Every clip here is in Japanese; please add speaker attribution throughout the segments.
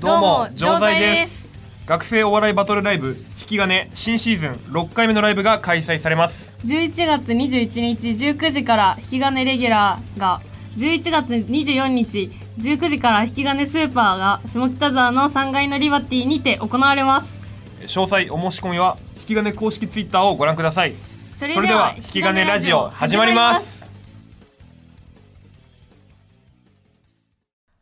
Speaker 1: どうも
Speaker 2: 常在です
Speaker 1: 学生お笑いバトルライブ引き金新シーズン6回目のライブが開催されます
Speaker 2: 11月21日19時から引き金レギュラーが11月24日19時から引き金スーパーが下北沢の3階のリバティにて行われます
Speaker 1: 詳細お申し込みは引き金公式ツイッターをご覧ください
Speaker 2: そ
Speaker 1: それでは引き金ラジオ始まります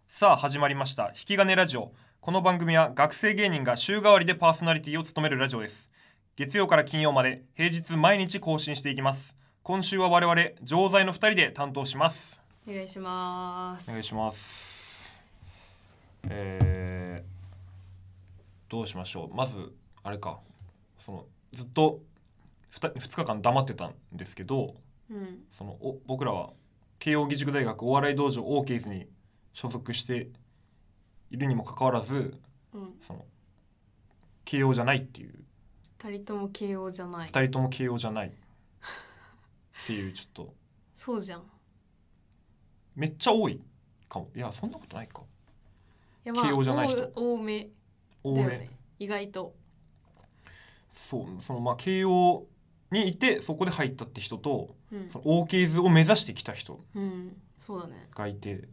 Speaker 1: さあ始まりました引き金ラジオこの番組は学生芸人が週替わりでパーソナリティを務めるラジオです月曜から金曜まで平日毎日更新していきます今週は我々常在の2人で担当します
Speaker 2: お願いしま
Speaker 1: お
Speaker 2: す
Speaker 1: 願いしますえー、どうしましょうまずあれかそのずっと 2, 2日間黙ってたんですけど
Speaker 2: うん
Speaker 1: そのお僕らは慶應義塾大学お笑い道場オーケーズに所属しているにもかかわらず
Speaker 2: うん
Speaker 1: その慶応じゃないっていう
Speaker 2: 二人とも慶応じゃない
Speaker 1: 2人とも慶応じゃないっていうちょっと
Speaker 2: そうじゃんい
Speaker 1: めっちゃ多いかもいやそんなことないか
Speaker 2: や
Speaker 1: 慶応じゃない人
Speaker 2: 多多め
Speaker 1: 多
Speaker 2: だ
Speaker 1: め、
Speaker 2: よね意外と
Speaker 1: そうそのまあ慶応にいてそこで入ったって人と
Speaker 2: うん
Speaker 1: そのオーケーズを目指してきた人
Speaker 2: うんそうだね
Speaker 1: がいて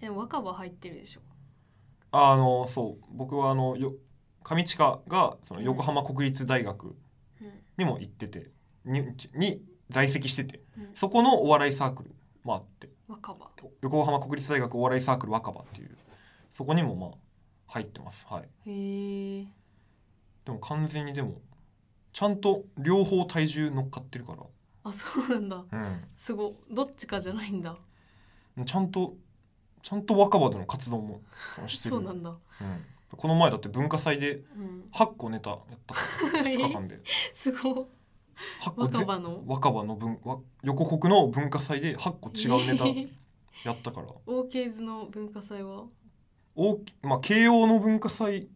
Speaker 2: え若葉入ってるでしょ
Speaker 1: あのそう僕はあのよ上地下がその横浜国立大学
Speaker 2: うん
Speaker 1: にも行っててにに在籍してて
Speaker 2: うん
Speaker 1: そこのお笑いサークルもあって
Speaker 2: 若葉
Speaker 1: 横浜国立大学お笑いサークル若葉っていうそこにもまあ入ってますはい
Speaker 2: へえ
Speaker 1: でも完全にでもちゃんと両方体重乗っかってるか
Speaker 2: あそうなんだ
Speaker 1: ら、
Speaker 2: すごいどっちかじゃないんだ
Speaker 1: うん、ちゃんとちゃんと若葉での活動もそのしてる
Speaker 2: そうなんだ
Speaker 1: うんこの前だって文化祭で
Speaker 2: うん
Speaker 1: 8個ネタや ったから2日間で
Speaker 2: すごい
Speaker 1: 8個
Speaker 2: 若
Speaker 1: ぜ
Speaker 2: 葉の
Speaker 1: 若葉の文わ横国の文化祭で8個違うネタやったから
Speaker 2: オーケーズの文化祭は
Speaker 1: 大きまあ慶応の文化祭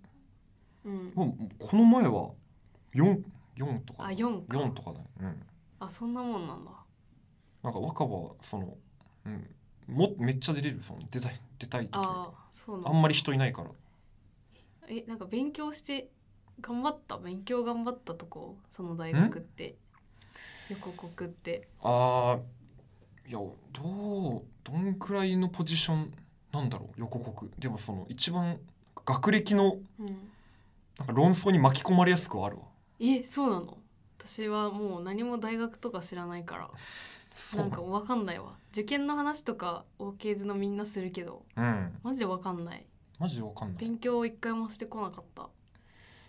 Speaker 2: うん
Speaker 1: もうこの前は4四とか
Speaker 2: あ4か
Speaker 1: 四とかだねうん
Speaker 2: あそんなもんなんだ
Speaker 1: なんか若葉はそのうんもめっちゃ出れるその出たい出たい時
Speaker 2: あ
Speaker 1: あ
Speaker 2: あそうなん
Speaker 1: ん
Speaker 2: だ
Speaker 1: まり人いないから
Speaker 2: えなんか勉強して頑張った勉強頑張ったとこその大学って横国って
Speaker 1: あーいやどうどんくらいのポジションなんだろう横国でもその一番学歴の
Speaker 2: うん
Speaker 1: なんか論争に巻き込まれやすくはあるわ
Speaker 2: えそうなの私はもう何も大学とか知らないから
Speaker 1: そう
Speaker 2: なんか分かんないわ受験の話とかオーケーズのみんなするけど
Speaker 1: うん
Speaker 2: マジで分かんない
Speaker 1: マジでわかんない
Speaker 2: 勉強を一回もしてこなかった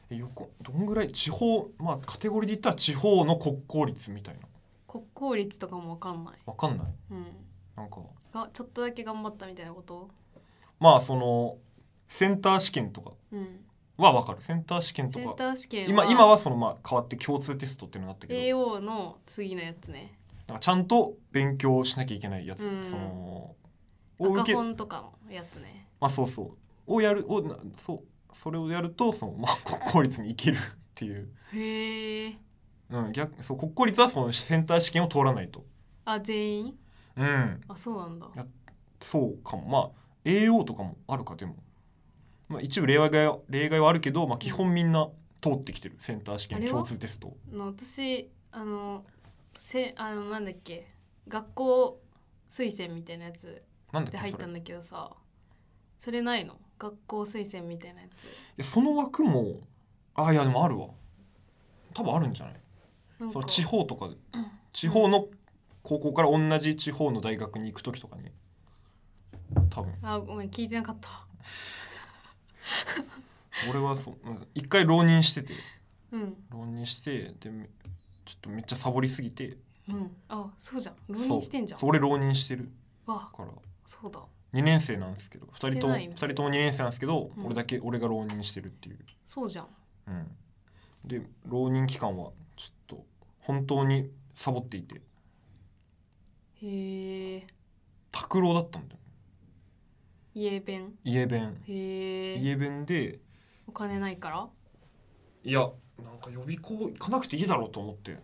Speaker 1: え横どんぐらい地方まあカテゴリーで言ったら地方の国公立みたいな
Speaker 2: 国公立とかも分かんない
Speaker 1: わかんない
Speaker 2: うん
Speaker 1: なんか
Speaker 2: がちょっとだけ頑張ったみたいなこと
Speaker 1: まあそのセンター試験とか
Speaker 2: うん
Speaker 1: はわかるセンター試験と
Speaker 2: セン
Speaker 1: か
Speaker 2: ター試験
Speaker 1: 今今はそのまあ変わって共通テストっていうのになったけど
Speaker 2: AO の次のやつね
Speaker 1: なんかちゃんと勉強しなきゃいけないやつ、
Speaker 2: うん
Speaker 1: そのを受
Speaker 2: 赤
Speaker 1: けま
Speaker 2: 本とかのやつね
Speaker 1: あそうそうをやるをなそうそれをやるとそのまあ 国公立に行けるっていう、
Speaker 2: へえ
Speaker 1: うん、逆そう国公立はそのセンター試験を通らないと
Speaker 2: あ全員
Speaker 1: うん
Speaker 2: あそうなんだ
Speaker 1: そうかもまあ AO とかもあるかでも、まあ、一部例外が例外はあるけど、まあ、基本みんな通ってきてるセンター試
Speaker 2: あ
Speaker 1: 験
Speaker 2: れは
Speaker 1: 共通テスト
Speaker 2: あの私あのせあのなんだっけ学校推薦みたいなやつ
Speaker 1: なんだ
Speaker 2: で
Speaker 1: っけ
Speaker 2: 入っ
Speaker 1: それ
Speaker 2: た
Speaker 1: い
Speaker 2: んだけどさそれないの学校推薦みたいなやつ
Speaker 1: やその枠もあいやでもあるわ多分あるんじゃない
Speaker 2: なん
Speaker 1: そ
Speaker 2: か
Speaker 1: の地方とかで地方の高校から同じ地方の大学に行く時とかに多分
Speaker 2: あごめん聞いてなかった
Speaker 1: 俺はそううん一回浪人してて
Speaker 2: うん
Speaker 1: 浪人してでめちょっとめっちゃサボりすぎて
Speaker 2: うんあそうじゃん浪
Speaker 1: そ
Speaker 2: 人
Speaker 1: う
Speaker 2: してんじゃん
Speaker 1: そう俺浪人してる
Speaker 2: わ
Speaker 1: から
Speaker 2: そうだ
Speaker 1: 2年生なんですけど
Speaker 2: して
Speaker 1: 2
Speaker 2: ない
Speaker 1: 人とも
Speaker 2: の
Speaker 1: 二人とも2年生なんですけど、
Speaker 2: うん
Speaker 1: 俺だけ俺が浪人してるっていう、
Speaker 2: そうじゃん
Speaker 1: うんで浪人期間はちょっと本当にサボっていて
Speaker 2: へえ
Speaker 1: 拓郎だったんだよ
Speaker 2: 家弁
Speaker 1: 家弁
Speaker 2: へえ
Speaker 1: 家弁で
Speaker 2: お金ないから
Speaker 1: いやなんか予備校行かなくていいだろうと思って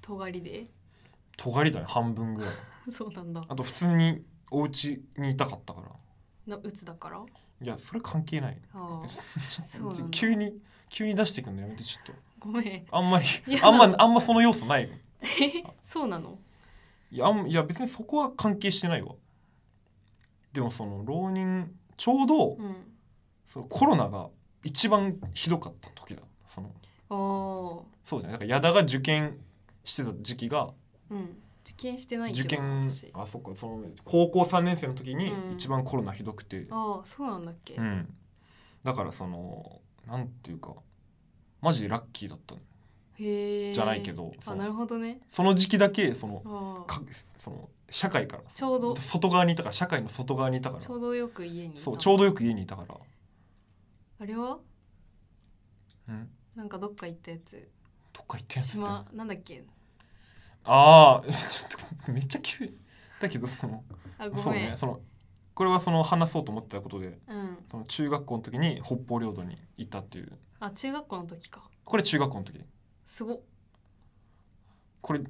Speaker 2: 尖りで
Speaker 1: 尖りだね半分ぐらい
Speaker 2: そうなんだ
Speaker 1: あと普通にお家にいたかったから
Speaker 2: の鬱だから
Speaker 1: いやそれ関係ない
Speaker 2: ああそうなんだ
Speaker 1: 急に急に出してくんのやめてちょっ
Speaker 2: ごめん
Speaker 1: とあんまり
Speaker 2: いや
Speaker 1: あんまあんまその要素ないよ
Speaker 2: えそうなの
Speaker 1: いやあんいや別にそこは関係してないわでもその浪人ちょうど
Speaker 2: うん
Speaker 1: そのコロナが一番ひどかった時だその
Speaker 2: おお
Speaker 1: そうじゃないだから矢田が受験してた時期が
Speaker 2: ーうん受験してないけ
Speaker 1: 受
Speaker 2: ど
Speaker 1: 験
Speaker 2: 私
Speaker 1: あそっかその高校3年生の時に
Speaker 2: うん
Speaker 1: 一番コロナひどくて、
Speaker 2: ああそうなんだっけ、
Speaker 1: うんだからそのなんていうかマジでラッキーだったの
Speaker 2: へえ
Speaker 1: じゃないけどそ
Speaker 2: あ
Speaker 1: う
Speaker 2: なるほどね
Speaker 1: その時期だけその
Speaker 2: ああ
Speaker 1: かその社会から
Speaker 2: ちょうど
Speaker 1: 外側にいたから社会の外側にいたから
Speaker 2: ちょうどよく家にいた
Speaker 1: そうちょうどよく家にいたから、
Speaker 2: あれは
Speaker 1: うん、
Speaker 2: なんかどっか行ったやつ
Speaker 1: どっか行ってんすって
Speaker 2: 島なんだっけ
Speaker 1: ああ ちょっとめっちゃ急だけどその
Speaker 2: あごめん
Speaker 1: そうねそのこれはその話そうと思ってたことで
Speaker 2: うん
Speaker 1: その中学校の時に北方領土に行ったっていう
Speaker 2: あ中学校の時か
Speaker 1: これ中学校の時
Speaker 2: すごっ
Speaker 1: これ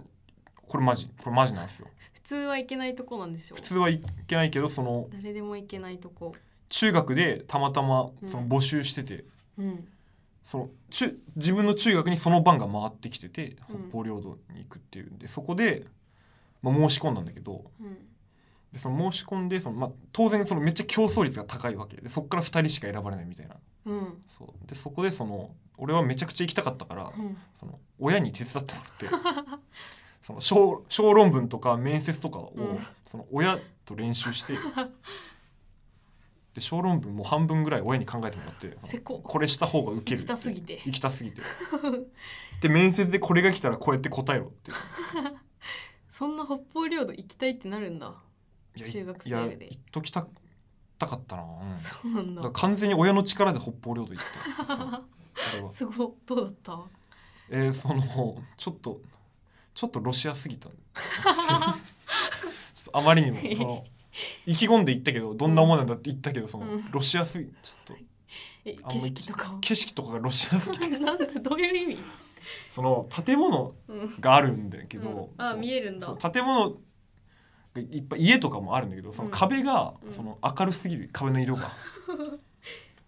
Speaker 1: これマジこれマジなんですよ
Speaker 2: 普通は行けないとこなんでしょう
Speaker 1: 普通はいけないけどその
Speaker 2: 誰でも行けないとこ
Speaker 1: 中学でたまたまその
Speaker 2: うん
Speaker 1: 募集してて、
Speaker 2: うん
Speaker 1: その中自分の中学にその番が回ってきてて
Speaker 2: うん
Speaker 1: 北方領土に行くっていうんでそこで、まあ、申し込んだんだけど
Speaker 2: うん
Speaker 1: でその申し込んでその、まあ、当然そのめっちゃ競争率が高いわけでそこから2人しか選ばれないみたいな
Speaker 2: うん
Speaker 1: そうでそこでその俺はめちゃくちゃ行きたかったから、
Speaker 2: うん
Speaker 1: その親に手伝ってもらって その小小論文とか面接とかを、
Speaker 2: うん
Speaker 1: その親と練習してで小論文も半分ぐらい親に考えてもらって
Speaker 2: せこ
Speaker 1: これした方がウケる
Speaker 2: 行きたすぎて
Speaker 1: 行きたすぎてで面接でこれが来たらこうやって答えろっていう
Speaker 2: そんな北方領土行きたいってなるんだ
Speaker 1: いや
Speaker 2: 中学生
Speaker 1: いや
Speaker 2: で
Speaker 1: 行っときたたかったな、うん
Speaker 2: そうなん
Speaker 1: だ
Speaker 2: だ
Speaker 1: から完全に親の力で北方領 土行ったうんあれは
Speaker 2: すごっどうだった
Speaker 1: えー、そのちょっとちょっとロシアすぎたちょっとあまりにもその意気込んで言ったけどどんなものなんだって言ったけどその、
Speaker 2: うん
Speaker 1: ロシアすぎちょっと
Speaker 2: え
Speaker 1: あんま
Speaker 2: 景色とか
Speaker 1: 景色とかがロシアすぎて
Speaker 2: なんでどういう意味
Speaker 1: その建物
Speaker 2: うん
Speaker 1: があるんだけど、
Speaker 2: うんあ
Speaker 1: その
Speaker 2: 見えるんだ
Speaker 1: そう建物がいっぱい家とかもあるんだけどその
Speaker 2: うん
Speaker 1: 壁が、
Speaker 2: うん
Speaker 1: その明るすぎる壁の色が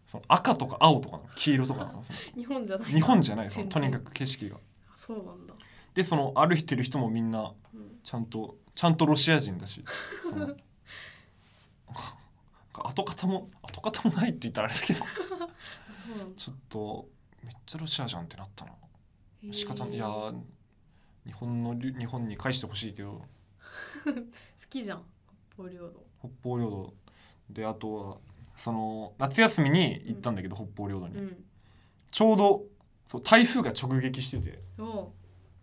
Speaker 1: その赤とか青とかなの黄色とかなのその
Speaker 2: 日本じゃない
Speaker 1: 日本じゃないその
Speaker 2: 全
Speaker 1: と
Speaker 2: 然
Speaker 1: にかく景色が。
Speaker 2: そうなんだ、
Speaker 1: でその歩いてる人もみんな
Speaker 2: うん
Speaker 1: ちゃんとちゃんとロシア人だしその跡形も跡形もないって言ったらあれだけど
Speaker 2: あそうなんだ
Speaker 1: ちょっとめっちゃロシアじゃんってなったな
Speaker 2: へー
Speaker 1: 仕方ないいや
Speaker 2: 好
Speaker 1: ー日本のり日本に返してほしいけど
Speaker 2: きじゃん北方領土
Speaker 1: 北方領土であとはその夏休みに行ったんだけど、北方領土に、
Speaker 2: うん
Speaker 1: ちょうどそう台風が直撃してて
Speaker 2: おう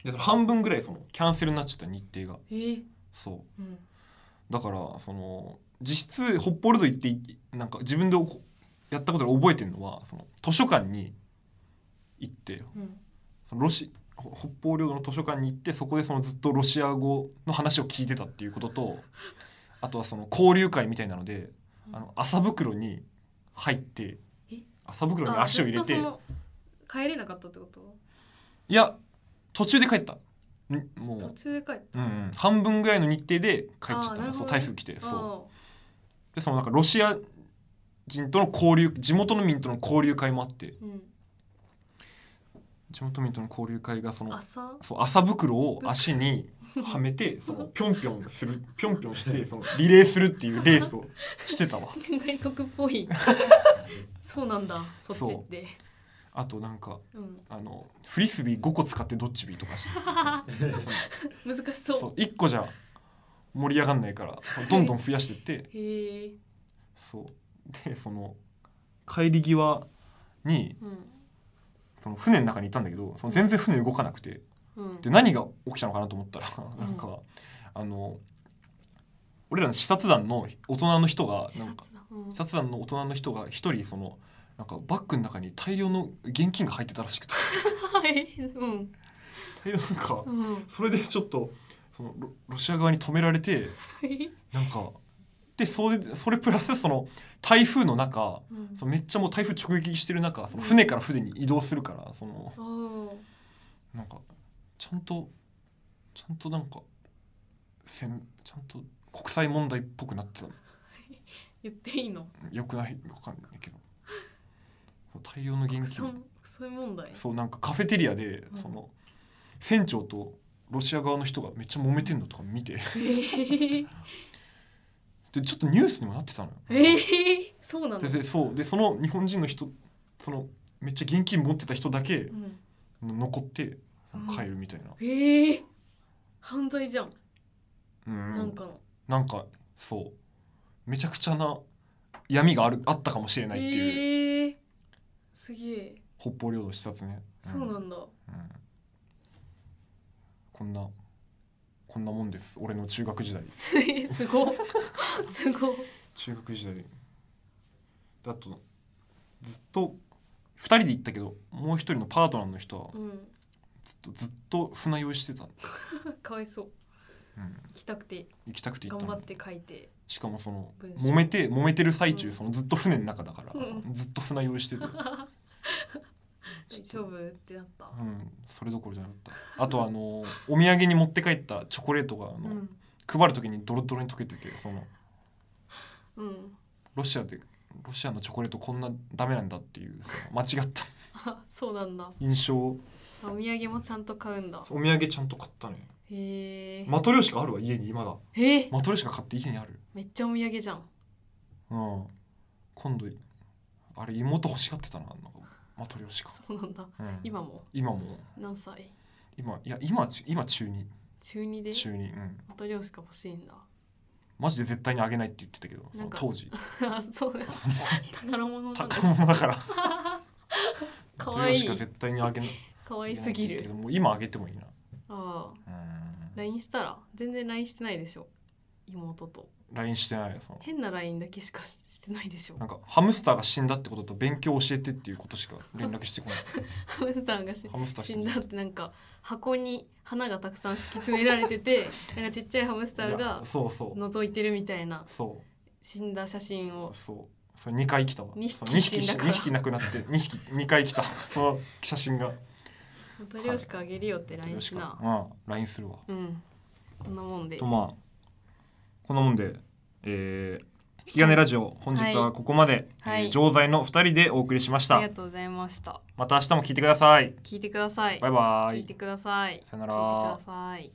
Speaker 1: でその半分ぐらいそのキャンセルになっちゃった日程が
Speaker 2: えー、
Speaker 1: そう
Speaker 2: うん
Speaker 1: だからその実質北方領土行っていなんか自分でおこやったことで覚えてるのはその図書館に行って
Speaker 2: うん
Speaker 1: そのロシほ北方領土の図書館に行ってそこでそのずっとロシア語の話を聞いてたっていうこととあとはその交流会みたいなのであの麻袋に入って
Speaker 2: え
Speaker 1: 麻袋に足を入れ
Speaker 2: あず
Speaker 1: て
Speaker 2: っとその帰れなかったってこと
Speaker 1: いや途中で帰ったんも
Speaker 2: 途
Speaker 1: う、
Speaker 2: 中で帰った
Speaker 1: うんうん、半分ぐらいの日程で帰っちゃ
Speaker 2: あ
Speaker 1: っ
Speaker 2: ー
Speaker 1: た
Speaker 2: な
Speaker 1: の、
Speaker 2: るほ
Speaker 1: そう
Speaker 2: どね
Speaker 1: 台風来てそう。
Speaker 2: あ
Speaker 1: でそのなんかロシア人との交流地元の民との交流会もあって
Speaker 2: ーうん
Speaker 1: 地元民との交流会がその
Speaker 2: 朝
Speaker 1: そう麻袋を足にはめてそ のぴょんぴょんするぴょんぴょんしてそのリレーするっていうレースをして たわ
Speaker 2: 外国っぽいそうなんだそっちって
Speaker 1: あとなんか
Speaker 2: うん
Speaker 1: あのフリスビー5個使ってドッジビーとかして
Speaker 2: 難し
Speaker 1: そ
Speaker 2: そうう
Speaker 1: そう1個じゃ盛り上がんないからそうどんどん増やしてって
Speaker 2: へえ
Speaker 1: そうでその帰り際に
Speaker 2: うん
Speaker 1: その船の中にいたんだけどその全然船動かなくて
Speaker 2: うん
Speaker 1: で何が起きたのかなと思ったら
Speaker 2: ん
Speaker 1: なんか、あの俺らの視察団の大人の人が
Speaker 2: 視
Speaker 1: なんか
Speaker 2: 察だうん
Speaker 1: 視察団の大人の人が一人そのなんかバッグの中に大量の現金が入ってたらしく て
Speaker 2: はいうん
Speaker 1: 大量なんか
Speaker 2: うん
Speaker 1: それでちょっとそのロロシア側に止められてなんかでそれでそれプラスその台風の中
Speaker 2: うん
Speaker 1: そのめっちゃもう台風直撃してる中その船から船に移動するからその
Speaker 2: お
Speaker 1: なんかちゃんとちゃんとなんかせんちゃんと国際問題っぽくなってた
Speaker 2: 言っていいの
Speaker 1: よくないわかんないけど大量の元気
Speaker 2: そうそういう問題
Speaker 1: そうなんかカフェテリアで
Speaker 2: うん
Speaker 1: その船長とロシア側の人がめっちゃ揉めてんのとか見て
Speaker 2: え ー、
Speaker 1: でちょっとニュースにもなってたのよ。
Speaker 2: えー、そうなの、
Speaker 1: ででそうでその日本人の人そのめっちゃ現金持ってた人だけ
Speaker 2: うん、
Speaker 1: 残って帰るみたいな。
Speaker 2: えー、犯罪じゃん、
Speaker 1: うん
Speaker 2: なんかの
Speaker 1: なんかそうめちゃくちゃな闇があるあったかもしれないっていう、
Speaker 2: えー、すげえ
Speaker 1: 北方領土視察ね。
Speaker 2: そう
Speaker 1: うん
Speaker 2: なんだ、
Speaker 1: うんこんなこんなもんです俺の中学時代
Speaker 2: すげえすごっ すごっ
Speaker 1: 中学時代だとずっと2人で行ったけどもう一人のパートナーの人は
Speaker 2: うん
Speaker 1: ずっとずっと船酔いしてた、
Speaker 2: かわいそう
Speaker 1: うん
Speaker 2: 行きたくて
Speaker 1: 行きたくて行っ
Speaker 2: 頑
Speaker 1: た
Speaker 2: 張
Speaker 1: の
Speaker 2: っ
Speaker 1: に
Speaker 2: て書い て
Speaker 1: しかもその
Speaker 2: 文章
Speaker 1: 揉めて揉めてる最
Speaker 2: う
Speaker 1: 中
Speaker 2: ん
Speaker 1: そのずっと船の中だから、
Speaker 2: うん
Speaker 1: ずっと船酔いしててち
Speaker 2: 大
Speaker 1: ょっ
Speaker 2: 丈
Speaker 1: と
Speaker 2: 夫ってなった、
Speaker 1: うん、それどころじゃなかったあとあのお土産に持って帰ったチョコレートがあ
Speaker 2: う
Speaker 1: の、
Speaker 2: ん
Speaker 1: 配る時にドロドロに溶けててその
Speaker 2: うん
Speaker 1: ロシアでロシアのチョコレートこんなダメなんだっていうその間違った
Speaker 2: あそうなんだ
Speaker 1: 印象を
Speaker 2: お土産もちゃんと買うんだ
Speaker 1: お土産ちゃんと買ったね
Speaker 2: へえ、
Speaker 1: マトリョーシカあるわ家に今だ
Speaker 2: えー、
Speaker 1: マトリョーシカ買って家にある
Speaker 2: めっちゃお土産じゃん
Speaker 1: うん今度あれ妹欲しがってたななんかマトリョーシカ、
Speaker 2: そうなんだ
Speaker 1: うん
Speaker 2: 今も
Speaker 1: 今も
Speaker 2: 何歳
Speaker 1: 今いや今ち今中二
Speaker 2: 中二で
Speaker 1: 中二うん
Speaker 2: マトリョーシカ欲しいんだ
Speaker 1: マジで絶対にあげないって言ってたけどそ
Speaker 2: な
Speaker 1: の
Speaker 2: んか
Speaker 1: 当 時
Speaker 2: あそうだ宝物なんだ
Speaker 1: 宝物だから
Speaker 2: か
Speaker 1: マト
Speaker 2: わ
Speaker 1: リョー
Speaker 2: い
Speaker 1: シ
Speaker 2: い
Speaker 1: カ絶対にあげない
Speaker 2: かわいすぎ
Speaker 1: あげないって言ってたけ
Speaker 2: る
Speaker 1: どもう今あげてもいいな
Speaker 2: ああ
Speaker 1: うん
Speaker 2: LINE したら全然 LINE してないでしょ妹と
Speaker 1: LINE してないよその
Speaker 2: 変な LINE だけしかししてないでしょ
Speaker 1: なんかハムスターが死んだってことと勉強教えてっていうことしか連絡してこない
Speaker 2: ハムスターがし
Speaker 1: ハムスター
Speaker 2: 死んだってなんか箱に花がたくさん敷き詰められ ててなんかちっちゃいハムスター
Speaker 1: いや
Speaker 2: が
Speaker 1: そうそう
Speaker 2: 覗いてるみたいな
Speaker 1: そ
Speaker 2: 死んだ写真
Speaker 1: う
Speaker 2: を
Speaker 1: そうそれ2回来たわ
Speaker 2: 二匹
Speaker 1: そう二匹
Speaker 2: 死んだ
Speaker 1: し
Speaker 2: から
Speaker 1: 二匹なくなって2匹二回来たその写真が
Speaker 2: 「取り押しかあげるよ」って
Speaker 1: よ
Speaker 2: LINE
Speaker 1: し
Speaker 2: し
Speaker 1: か
Speaker 2: な
Speaker 1: うん LINE するわ
Speaker 2: うんこんなもんで
Speaker 1: とまあこんなもんでえー引き金ラジオ本日はここまで、
Speaker 2: はい
Speaker 1: えー常在の2人でお送りしまし
Speaker 2: あ
Speaker 1: た
Speaker 2: りがとうございました
Speaker 1: また明日も聞いてください
Speaker 2: 聞いてください
Speaker 1: バイバ
Speaker 2: 聞
Speaker 1: イ
Speaker 2: いてください
Speaker 1: さよなら
Speaker 2: 聞いてください